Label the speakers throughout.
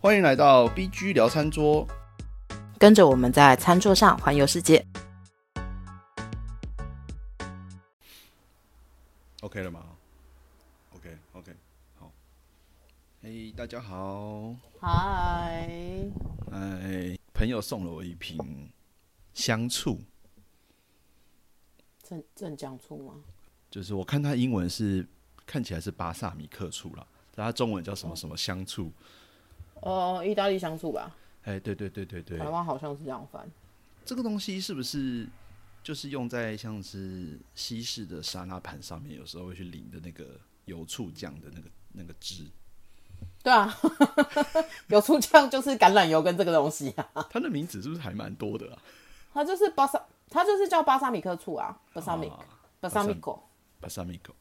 Speaker 1: 欢迎来到 BG 聊餐桌。
Speaker 2: 跟着我们在餐桌上环游世界。
Speaker 1: OK 了吗？OK OK，好。嘿，大家好。
Speaker 2: 嗨，
Speaker 1: 哎，朋友送了我一瓶香醋，
Speaker 2: 正正讲醋吗？
Speaker 1: 就是我看它英文是看起来是巴萨米克醋啦，但它中文叫什么什么香醋？
Speaker 2: 哦，意大利香醋吧，
Speaker 1: 哎，对对对对对，
Speaker 2: 台湾好像是这样翻。
Speaker 1: 这个东西是不是就是用在像是西式的沙拉盘上面，有时候会去淋的那个油醋酱的那个那个汁？
Speaker 2: 对啊， 有醋酱就是橄榄油跟这个东西啊，
Speaker 1: 它的名字是不是还蛮多的啊？
Speaker 2: 它就是巴萨，它就是叫巴萨米克醋啊，巴萨米
Speaker 1: 啊
Speaker 2: 巴萨米克。
Speaker 1: 巴萨米狗。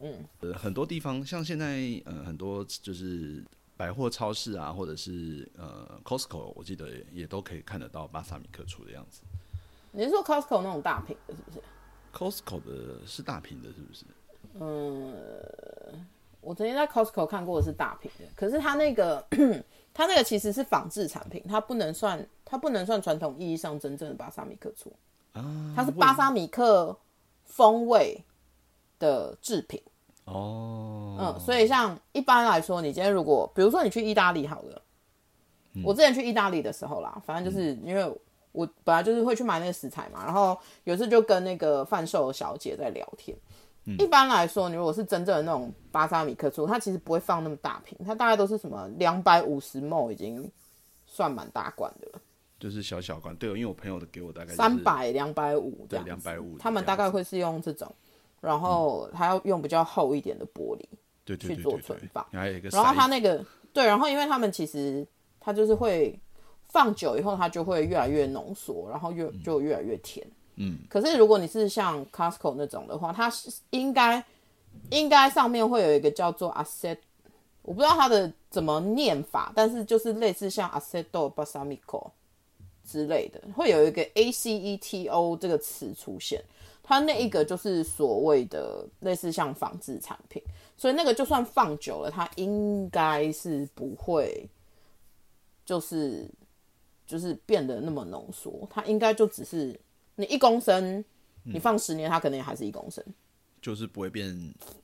Speaker 1: 嗯，呃，很多地方像现在呃很多就是百货超市啊，或者是呃 Costco，我记得也也都可以看得到巴萨米克醋的样子。
Speaker 2: 你是说 Costco 那种大瓶的，是不是？
Speaker 1: Costco 的是大瓶的，是不是？
Speaker 2: 我曾经在 Costco 看过的是大瓶的，可是它那个 它那个其实是仿制产品，它不能算它不能算传统意义上真正的巴萨米克醋啊，它是巴萨米克风味的制品。
Speaker 1: 哦，
Speaker 2: 嗯，所以像一般来说，你今天如果比如说你去意大利好了，
Speaker 1: 嗯
Speaker 2: 我之前去意大利的时候啦，反正就是因为我本来就是会去买那个食材嘛，然后有时就跟那个贩售小姐在聊天。
Speaker 1: 嗯
Speaker 2: 一般来说，你如果是真正的那种巴萨米克醋，它其实不会放那么大瓶，它大概都是什么两百五十 ml 已经算蛮大罐的了，
Speaker 1: 就是小小罐，对，因为我朋友的给我大概就是
Speaker 2: 三，百两百五
Speaker 1: 对，
Speaker 2: 这样子
Speaker 1: 两百五，嗯
Speaker 2: 他们大概会是用这种，然后还要用比较厚一点的玻璃。
Speaker 1: 对对
Speaker 2: 去
Speaker 1: 对
Speaker 2: 做
Speaker 1: 对对
Speaker 2: 存放，
Speaker 1: 还有一个
Speaker 2: 然后它
Speaker 1: 那
Speaker 2: 那个对，然后因为他们其实它就是会放久以后，它就会越来越浓缩，然后越就越来越甜。
Speaker 1: 嗯，
Speaker 2: 可是如果你是像 Costco 那种的话，它是应该应该上面会有一个叫做 acet，我不知道它的怎么念法，但是就是类似像 aceto balsamico 之类的，会有一个 a c e t o 这个词出现。它那一个就是所谓的类似像仿制产品，所以那个就算放久了，它应该是不会，就是就是变得那么浓缩，它应该就只是你一公升，你放十年，它可能也嗯还是一公升。
Speaker 1: 就是不会变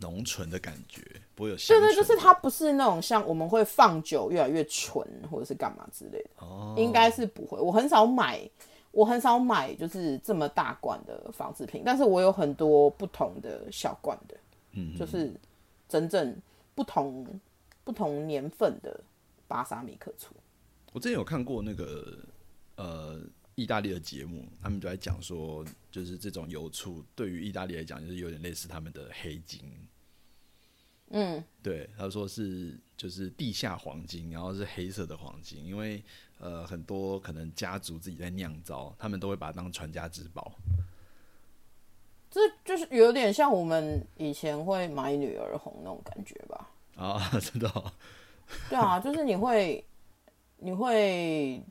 Speaker 1: 浓醇的感觉，不会有香
Speaker 2: 对
Speaker 1: 醇的。
Speaker 2: 对，就是它不是那种像我们会放久越来越纯或者是干嘛之类的，
Speaker 1: 哦
Speaker 2: 应该是不会。我很少买，我很少买就是这么大罐的纺织品，但是我有很多不同的小罐的，嗯，就是真正不同不同年份的巴萨米克醋。
Speaker 1: 我之前有看过那个呃意大利的节目，他们就在讲说，就是这种油醋对于意大利来讲，就是有点类似他们的黑金。嗯，对，他说是就是地下黄金，然后是黑色的黄金，因为呃很多可能家族自己在酿造，他们都会把它当传家之宝。
Speaker 2: 这就是有点像我们以前会买女儿红那种感觉吧？
Speaker 1: 啊，真的、哦，
Speaker 2: 对啊，就是你会你会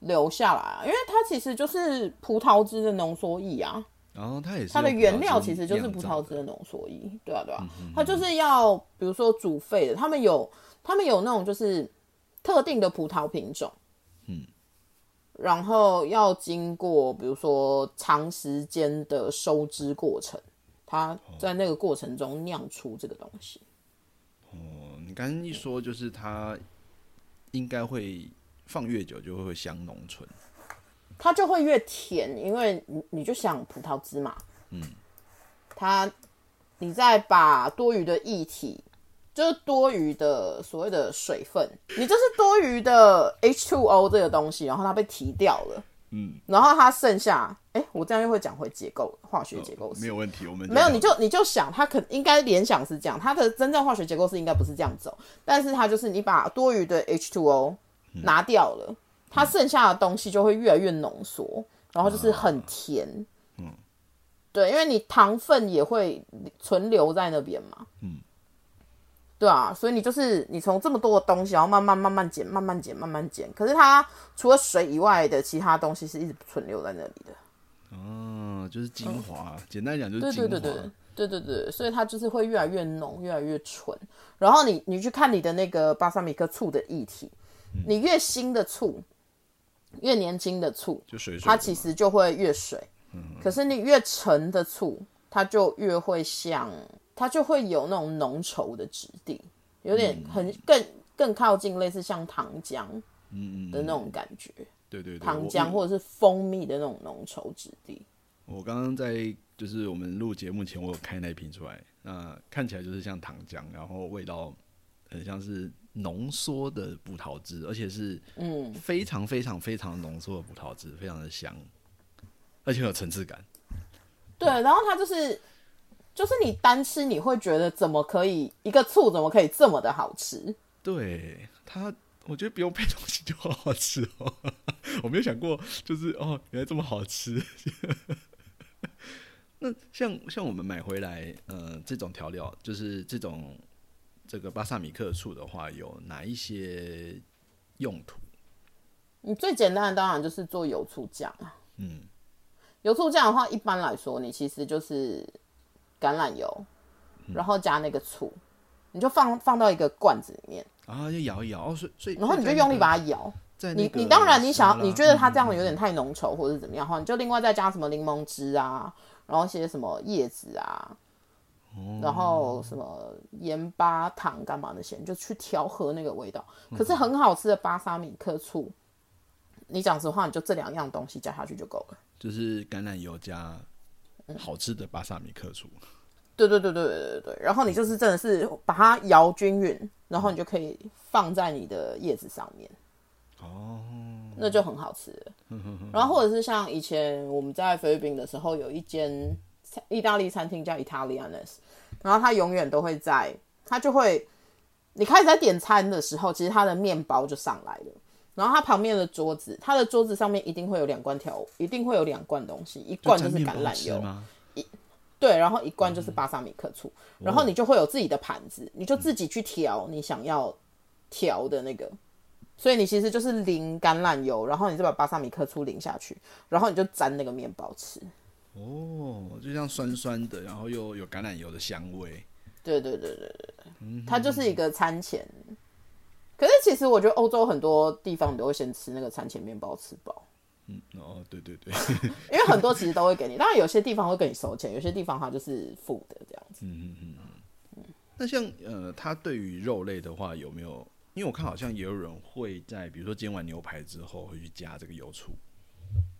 Speaker 2: 留下来啊，因为它其实就是葡萄汁的浓缩液啊。
Speaker 1: 然后它也是
Speaker 2: 它的
Speaker 1: 用
Speaker 2: 原
Speaker 1: 葡萄
Speaker 2: 料
Speaker 1: 汁
Speaker 2: 其实就是
Speaker 1: 酿
Speaker 2: 葡
Speaker 1: 造
Speaker 2: 萄
Speaker 1: 的嗯
Speaker 2: 汁的浓缩液，对啊对啊，它就是要比如说煮沸的，他们有他们有那种就是特定的葡萄品种，嗯，然后要经过比如说长时间的收汁过程，它在那个过程中酿出这个东西。
Speaker 1: 哦，你刚刚一说，就是它应该会放越久就会香浓醇。
Speaker 2: 它就会越甜，因为你你就想葡萄汁嘛，嗯，它你再把多余的液体，就是多余的所谓的水分，你就是多余的 H2O 这个东西，然后它被提掉了，嗯，然后它剩下，哎、我这样又会讲回结构化学结构式，
Speaker 1: 哦没有问题，我们
Speaker 2: 没有，你就你就想，它可应该联想是这样，它的真正化学结构是应该不是这样走，但是它就是你把多余的 H2O 拿掉了，它剩下的东西就会越来越浓缩，然后就是很甜。嗯，对，因为你糖分也会存留在那边嘛。嗯，对啊，所以你就是你从这么多的东西，然后慢慢慢慢减，慢慢减，慢慢减。可是它除了水以外的其他东西是一直存留在那里的。
Speaker 1: 嗯，就是精华，简单讲就是精
Speaker 2: 对
Speaker 1: 华。
Speaker 2: 对对对对对对，所以它就是会越来越浓，越来越纯。然后你你去看你的那个巴萨米克醋的液体，
Speaker 1: 嗯
Speaker 2: 你越新的醋，越年轻的醋，
Speaker 1: 就水水的嘛。嗯
Speaker 2: 它其实就会越水。可是你越陈的醋，它就越会像，它就会有那种浓稠的质地，有
Speaker 1: 嗯
Speaker 2: 点很更更靠近类似像糖浆
Speaker 1: 嗯嗯
Speaker 2: 的那种感觉，
Speaker 1: 对对对，
Speaker 2: 糖
Speaker 1: 我
Speaker 2: 浆或者是蜂蜜的那种浓稠质地。
Speaker 1: 我刚刚在就是我们录节目前，我有开那一瓶出来，那看起来就是像糖浆，然后味道很像是浓缩的葡萄汁，而且是
Speaker 2: 嗯，
Speaker 1: 非常非常非常浓缩的葡萄汁，非常的香，而且很有层次感。
Speaker 2: 对，然后它就是，就是你单吃你会觉得怎么可以一个醋怎么可以这么的好吃？
Speaker 1: 对它，我觉得不用配东西就好好吃哦。 我没有想过，就是哦，原来这么好吃。 那像像我们买回来，呃，这种调料，就是这种这个巴萨米克醋的话，有哪一些用途？
Speaker 2: 你最简单的当然就是做油醋酱啊。
Speaker 1: 嗯，
Speaker 2: 油醋酱的话，一般来说你其实就是橄榄油，
Speaker 1: 嗯
Speaker 2: 然后加那个醋，你就放放到一个罐子里面，
Speaker 1: 啊，要摇一摇哦，所以所以，
Speaker 2: 然后你就用力把它摇。
Speaker 1: 在那
Speaker 2: 你
Speaker 1: 个
Speaker 2: 你当然你想
Speaker 1: 沙
Speaker 2: 要
Speaker 1: 拉嗯
Speaker 2: 你觉得它这样有点太浓稠或者怎么样的话，你就另外再加什么柠檬汁啊，然后一些什么叶子啊，
Speaker 1: 哦
Speaker 2: 然后什么盐巴糖干嘛那些，你就去调和那个味道。可是很好吃的巴沙米克醋，你讲实话，你就这两样东西加下去就够了。
Speaker 1: 就是橄榄油加
Speaker 2: 嗯
Speaker 1: 好吃的巴萨米克醋。
Speaker 2: 对对对对对对对，然后你就是真的是把它摇均匀，然后你就可以放在你的叶子上面。
Speaker 1: 哦，
Speaker 2: 那就很好吃了。然后或者是像以前我们在菲律宾的时候，有一间餐意大利餐厅叫 Italianes，然后它永远都会在，它就会你开始在点餐的时候，其实它的面包就上来了。然后它旁边的桌子，它的桌子上面一定会有两罐调，一定会有两罐东西，一罐就是
Speaker 1: 沾面
Speaker 2: 橄
Speaker 1: 包
Speaker 2: 榄
Speaker 1: 吃
Speaker 2: 油，
Speaker 1: 吗？
Speaker 2: 对，然后一罐就是巴萨米克醋，然后你就会有自己的盘子，你就自己去调你想要调的那个。所以你其实就是淋橄榄油，然后你再把巴萨米克醋淋下去，然后你就沾那个面包吃。
Speaker 1: 哦，就像酸酸的，然后又有橄榄油的香味。
Speaker 2: 对对对对对对，它就是一个餐前。可是其实我觉得欧洲很多地方你都会先吃那个餐前面包吃饱，
Speaker 1: 嗯，哦，对对对，
Speaker 2: 因为很多其实都会给你，当然有些地方会给你收钱，有些地方它就是付的这样子。
Speaker 1: 那像呃，它对于肉类的话，有没有？因为我看好像也有人会在，比如说煎完牛排之后，会去加这个油醋。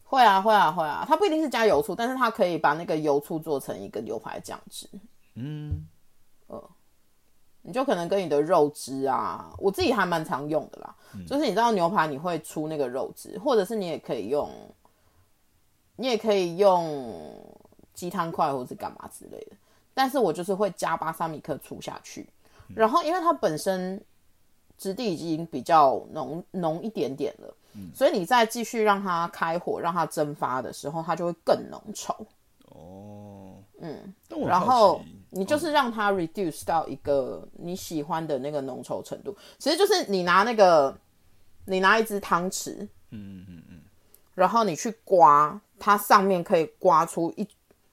Speaker 2: 会啊，会啊，会啊！它不一定是加油醋，但是它可以把那个油醋做成一个牛排酱汁。呃
Speaker 1: 嗯，
Speaker 2: 你就可能跟你的肉汁啊，我自己还蛮常用的啦。就是你知道牛排你会出那个肉汁，或者是你也可以用，你也可以用鸡汤块或者是干嘛之类的。但是我就是会加巴萨米克醋下去，然后因为它本身质地已经比较浓浓一点点了，所以你再继续让它开火让它蒸发的时候，它就会更浓稠。
Speaker 1: 哦，嗯，但我
Speaker 2: 然
Speaker 1: 好
Speaker 2: 后
Speaker 1: 奇
Speaker 2: 你就是让它 reduce 到一个你喜欢的那个浓稠程度。其实就是你拿那个，你拿一支汤匙，嗯嗯嗯然后你去刮，它上面可以刮出一，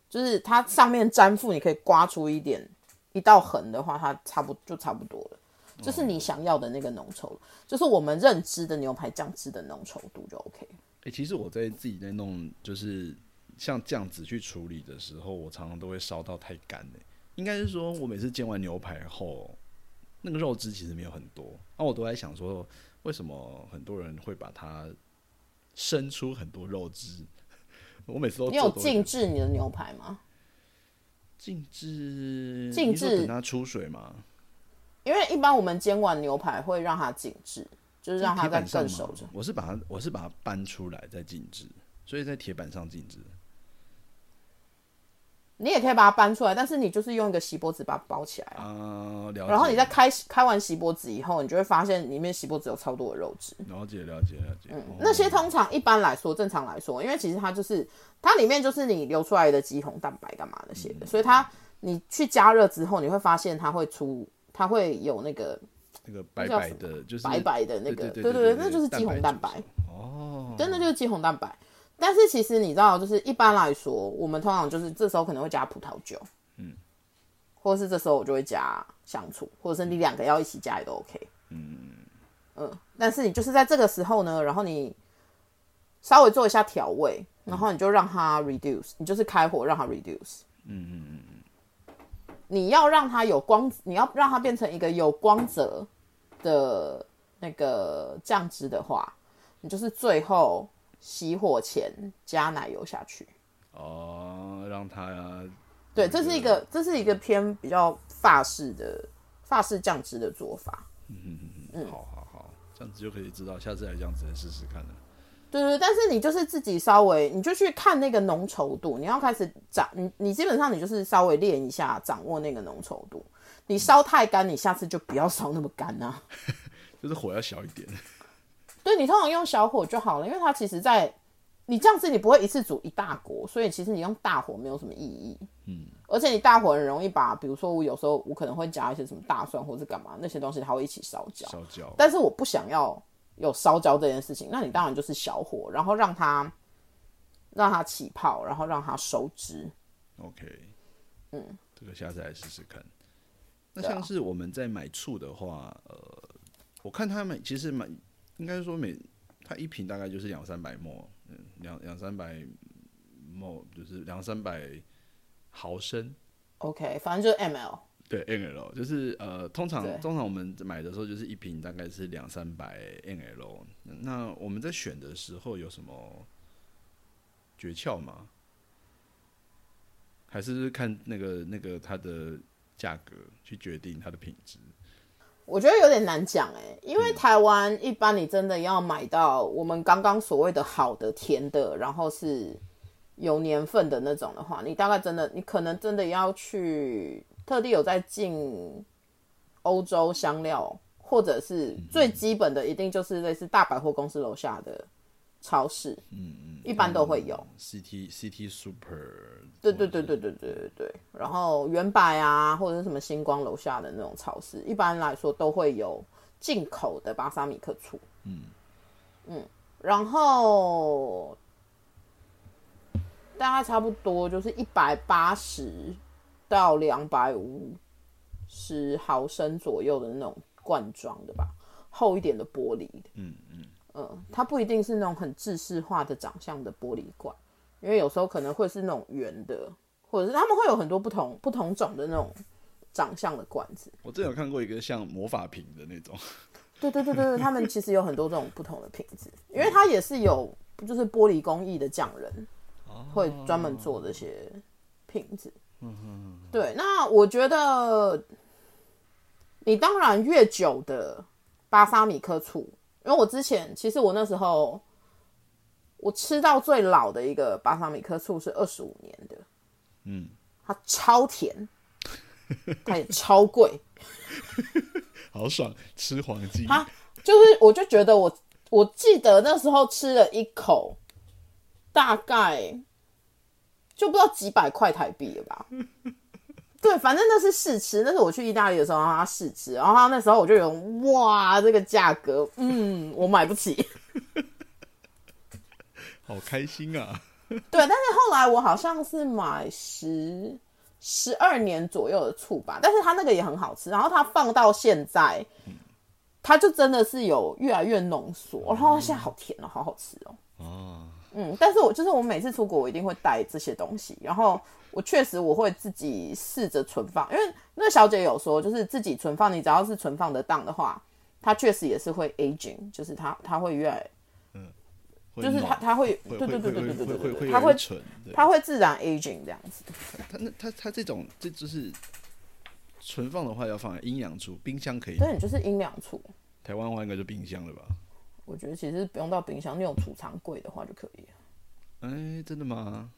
Speaker 2: 就是它上面粘附，你可以刮出一点一道痕的话，它差不就差不多了。就是
Speaker 1: 哦
Speaker 2: 你想要的那个浓稠，就是我们认知的牛排酱汁的浓稠度就 OK 了。
Speaker 1: 哎、其实我在自己在弄，就是像酱子去处理的时候，我常常都会烧到太干了。应该是说我每次煎完牛排后，那个肉汁其实没有很多，那、我都在想说，为什么很多人会把它生出很多肉汁？ 我每次都
Speaker 2: 你有
Speaker 1: 做多一
Speaker 2: 静
Speaker 1: 点
Speaker 2: 置你的牛排吗？
Speaker 1: 静置
Speaker 2: 静
Speaker 1: 你说
Speaker 2: 置
Speaker 1: 等它出水嘛？
Speaker 2: 因为一般我们煎完牛排会让它紧致，就是让它
Speaker 1: 铁
Speaker 2: 再
Speaker 1: 板上
Speaker 2: 更
Speaker 1: 吗
Speaker 2: 熟着。
Speaker 1: 我是把它我是把它搬出来再静置，所以在铁板上静置。
Speaker 2: 你也可以把它搬出来，但是你就是用一个锡箔纸把它包起来啊。
Speaker 1: 啊、了解。
Speaker 2: 然后你再开开完锡箔纸以后，你就会发现里面锡箔纸有超多的肉质。
Speaker 1: 了解了解了解。哦
Speaker 2: 那些通常一般来说，正常来说，因为其实它就是它里面就是你流出来的肌红蛋白干嘛那些
Speaker 1: 嗯
Speaker 2: 的，所以它你去加热之后，你会发现它会出，它会有那个
Speaker 1: 那个白
Speaker 2: 叫
Speaker 1: 白
Speaker 2: 什么
Speaker 1: 的，就是
Speaker 2: 白白的那个，
Speaker 1: 对
Speaker 2: 对
Speaker 1: 对
Speaker 2: 那就是肌红蛋白
Speaker 1: 组。成哦，
Speaker 2: 真的就是肌红蛋白。但是其实你知道，就是一般来说，我们通常就是这时候可能会加葡萄酒，嗯，或者是这时候我就会加香醋，或者是你两个要一起加也都 OK，嗯嗯，但是你就是在这个时候呢，然后你稍微做一下调味，然后你就让它 reduce，你就是开火让它 reduce。嗯嗯嗯你要让它有光，你要让它变成一个有光泽的那个酱汁的话，你就是最后熄火前加奶油下去。
Speaker 1: 哦，让它
Speaker 2: 对，这是一个这是一个偏比较法式的法式酱汁的做法。
Speaker 1: 好好好，这样子就可以知道，下次来这样子来试试看了。
Speaker 2: 对对，对但是你就是自己稍微，你就去看那个浓稠度，你要开始掌，你你基本上你就是稍微练一下，掌握那个浓稠度。你烧太干，你下次就不要烧那么干啊。
Speaker 1: 就是火要小一点，
Speaker 2: 对你通常用小火就好了，因为它其实在你这样子你不会一次煮一大锅，所以其实你用大火没有什么意义。嗯，而且你大火很容易把，比如说我有时候我可能会加一些什么大蒜或是干嘛那些东西，它会一起烧焦。
Speaker 1: 烧焦。
Speaker 2: 但是我不想要有烧焦这件事情，那你当然就是小火，然后让它让它起泡，然后让它收汁。
Speaker 1: OK，嗯，啊这个下次来试试看。那像是我们在买醋的话，呃，我看他们其实买，应该说每它一瓶大概就是两三百沫，嗯，两两三百沫就是两三百毫升，
Speaker 2: OK，反正就是 ml。
Speaker 1: 对 NL 就是呃，通常
Speaker 2: 对
Speaker 1: 通常我们买的时候就是一瓶大概是两三百 NL。那我们在选的时候有什么诀窍吗？还是看那个那个它的价格去决定它的品质？嗯
Speaker 2: 我觉得有点难讲哎、因为台湾一般你真的要买到我们刚刚所谓的好的甜的，然后是有年份的那种的话，你大概真的你可能真的要去特地有在进欧洲香料，或者是最基本的一定就是类似大百货公司楼下的超市，嗯嗯，一般都会有。
Speaker 1: CT CT Super，
Speaker 2: 对对对对对对对对。然后原百啊，或者是什么星光楼下的那种超市，一般来说都会有进口的巴萨米克醋。嗯然后大概差不多就是一百八十到两百五十毫升左右的那种罐装的吧，厚一点的玻璃的。嗯嗯。嗯，它不一定是那种很制式化的长相的玻璃罐，因为有时候可能会是那种圆的，或者是他们会有很多不同不同种的那种长相的罐子。
Speaker 1: 我真的有看过一个像魔法瓶的那种，
Speaker 2: 对对对对对，他们其实有很多这种不同的瓶子，因为它也是有就是玻璃工艺的匠人会专门做这些瓶子。对，那我觉得你当然越久的巴萨米克醋，因为我之前其实我那时候我吃到最老的一个巴萨米克醋是二十五年的，
Speaker 1: 嗯，
Speaker 2: 它超甜，它也超贵，
Speaker 1: 好爽，吃黄金，
Speaker 2: 它就是我就觉得我我记得那时候吃了一口，大概就不知道几百块台币了吧。对，反正那是试吃，那是我去意大利的时候，然后他试吃，然后他那时候我就有哇，这个价格，嗯，我买不起。
Speaker 1: 好开心啊！
Speaker 2: 对，但是后来我好像是买十十二年左右的醋吧，但是它那个也很好吃，然后它放到现在，它就真的是有越来越浓缩，然后它现在好甜哦，好好吃哦。
Speaker 1: 啊，
Speaker 2: 嗯，但是我就是我每次出国，我一定会带这些东西，然后我确实我会自己试着存放，因为那小姐有说，就是自己存放，你只要是存放得当的话，它确实也是会 aging，就是它它会越来，
Speaker 1: 就
Speaker 2: 就是它它会，
Speaker 1: 会
Speaker 2: 对对对对对
Speaker 1: 会
Speaker 2: 对对
Speaker 1: 会
Speaker 2: 对，
Speaker 1: 会
Speaker 2: 它会
Speaker 1: 蠢，对
Speaker 2: 它会自然 aging 这样子。
Speaker 1: 它那它它这种这就是存放的话要放在阴凉处，冰箱可以。
Speaker 2: 对，你就是阴凉处，
Speaker 1: 台湾的话应该就冰箱了吧？
Speaker 2: 我觉得其实不用到冰箱，你有储藏柜的话就可以了。
Speaker 1: 哎、真的吗？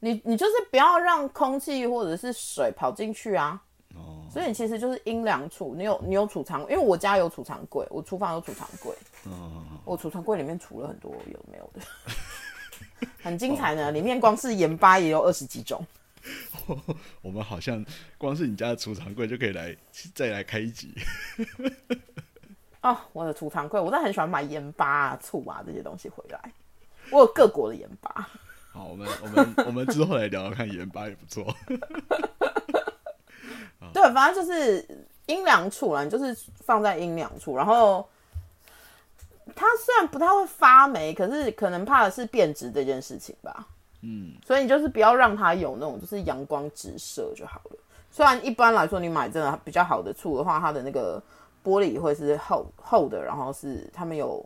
Speaker 2: 你你就是不要让空气或者是水跑进去啊。
Speaker 1: 哦，
Speaker 2: 所以你其实就是阴凉处，你有你有储藏，因为我家有储藏柜，我厨房有储藏柜，
Speaker 1: 哦，
Speaker 2: 我储藏柜里面储了很多有的没有的，很精彩呢。里面光是盐巴也有二十几种。
Speaker 1: 我们好像光是你家的储藏柜就可以来再来开一集。
Speaker 2: 哦，我的储藏柜，我真的很喜欢买盐巴、啊、醋啊这些东西回来。我有各国的盐巴，
Speaker 1: 好，我们我们我们之后来聊聊看盐巴也不错。
Speaker 2: 对，反正就是阴凉处啦，你就是放在阴凉处，然后它虽然不太会发霉，可是可能怕的是变质这件事情吧。嗯，所以你就是不要让它有那种就是阳光直射就好了。虽然一般来说你买真的比较好的醋的话，它的那个玻璃会是厚厚的，然后是他们有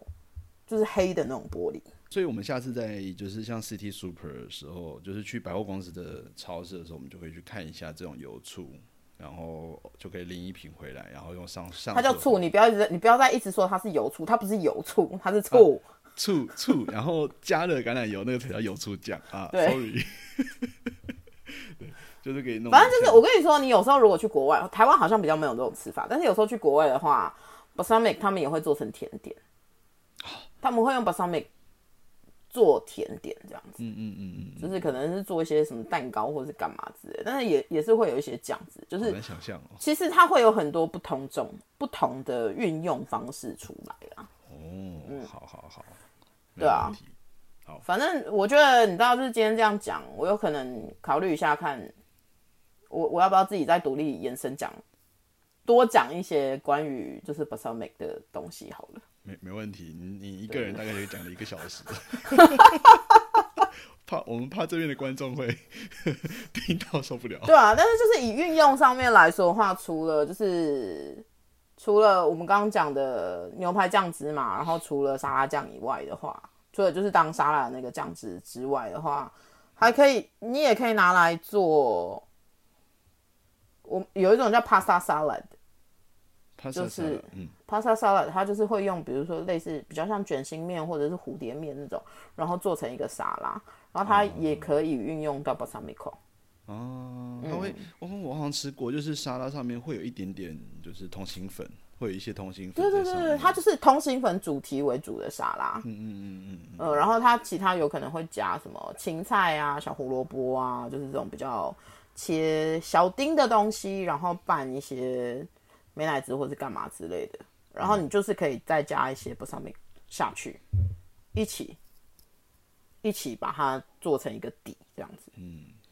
Speaker 2: 就是黑的那种玻璃。
Speaker 1: 所以我们下次在就是像 City Super 的时候，就是去百货公司的超市的时候，我们就可以去看一下这种油醋，然后就可以拎一瓶回来，然后用上上
Speaker 2: 它叫
Speaker 1: 色
Speaker 2: 醋，你不要一直你不要再一直说它是油醋，它不是油醋，它是醋。
Speaker 1: 醋醋， 然后加了橄榄油，那个才叫油醋酱啊。
Speaker 2: 对
Speaker 1: Sorry，对， 就是可以弄一下。
Speaker 2: 反正就是我跟你说，你有时候如果去国外，台湾好像比较没有这种吃法，但是有时候去国外的话，balsamic 他们也会做成甜点，
Speaker 1: 哦
Speaker 2: 他们会用 balsamic 做甜点这样子，
Speaker 1: 嗯嗯嗯嗯，
Speaker 2: 就是可能是做一些什么蛋糕或是干嘛之类的，但是也也是会有一些酱汁，就
Speaker 1: 很
Speaker 2: 是
Speaker 1: 难想象哦。
Speaker 2: 其实它会有很多不同种不同的运用方式出来啦。
Speaker 1: 哦，好好好，没
Speaker 2: 嗯对啊
Speaker 1: 问题。
Speaker 2: 反正我觉得你知道，就是今天这样讲，我有可能考虑一下看，我我要不要自己再独立延伸讲，多讲一些关于就是 balsamic 的东西好了。
Speaker 1: 没没问题，你你一个人大概可以讲了一个小时。 怕我们怕这边的观众会 听到受不了。
Speaker 2: 对啊，但是就是以运用上面来说的话，除了就是除了我们刚刚讲的牛排酱汁嘛，然后除了沙拉酱以外的话，除了就是当沙拉的那个酱汁之外的话，还可以你也可以拿来做，我有一种叫 pasta salad。
Speaker 1: 怕
Speaker 2: 就
Speaker 1: 就是嗯，
Speaker 2: pasta salad，它就是会用，比如说类似比较像卷心面或者是蝴蝶面那种，然后做成一个沙拉，然后它也可以运用到 balsamico。嗯
Speaker 1: 哦，它会，我我好像吃过，就是沙拉上面会有一点点，就是通心粉，会有一些通心粉
Speaker 2: 对
Speaker 1: 在
Speaker 2: 对对
Speaker 1: 上面。
Speaker 2: 对，它就是通心粉主题为主的沙拉。嗯嗯嗯嗯。呃，然后它其他有可能会加什么芹菜啊、小胡萝卜啊，就是这种比较切小丁的东西，然后拌一些美乃滋或是干嘛之类的。然后你就是可以再加一些 balsamic 下去，一起一起把它做成一个底，这样子。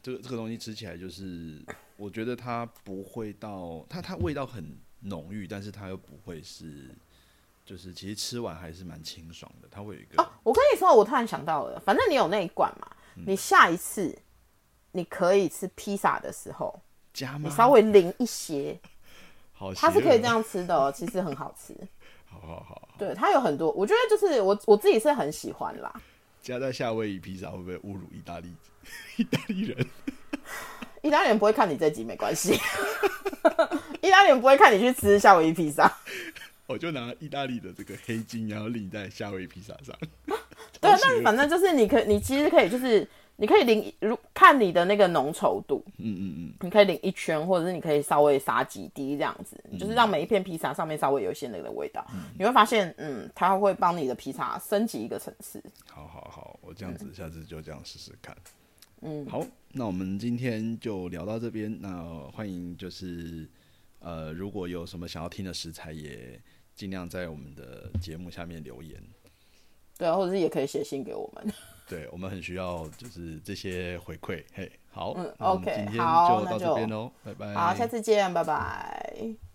Speaker 1: 这个这个东西吃起来就是，我觉得它不会到它它味道很浓郁，但是它又不会是，就是其实吃完还是蛮清爽的。它会有一个，
Speaker 2: 我跟你说，我突然想到了，反正你有那一罐嘛，你下一次你可以吃披萨的时候。
Speaker 1: 加吗
Speaker 2: 你？稍微淋一些，
Speaker 1: 好，
Speaker 2: 它是可以这。样吃的哦，其实很好吃。
Speaker 1: 好好好，
Speaker 2: 对，它有很多，我觉得就是我我自己是很喜欢啦。
Speaker 1: 加在夏威夷披萨会不会侮辱意大利 意大利人？
Speaker 2: 意大利人不会看你这集没关 系，意大利人不会看你去吃夏威夷披萨。
Speaker 1: 我就拿意大利的这个黑金，然后淋在夏威夷披萨上。
Speaker 2: 对，
Speaker 1: 但
Speaker 2: 但是反正就是你可你其实可以就是你可以淋，如看你的那个浓稠度，
Speaker 1: 嗯嗯嗯，
Speaker 2: 你可以淋一圈，或者是你可以稍微撒几滴这样子，就是让每一片披萨上面稍微有一些那个味道，你会发现，嗯，它会帮你的披萨升级一个层次。
Speaker 1: 好好好，我这样
Speaker 2: 嗯
Speaker 1: 子下次就这样试试看。嗯，好，那我们今天就聊到这边。那欢迎就是呃，如果有什么想要听的食材，也尽量在我们的节目下面留言。
Speaker 2: 对啊，或者是也可以写信给我们。
Speaker 1: 对我们很需要就是这些回馈。嘿，好，
Speaker 2: 嗯
Speaker 1: 那我们
Speaker 2: OK，
Speaker 1: 今天
Speaker 2: 好
Speaker 1: 就
Speaker 2: 那
Speaker 1: 到这
Speaker 2: 就
Speaker 1: 边喽，拜拜。
Speaker 2: 好，下次见，拜拜。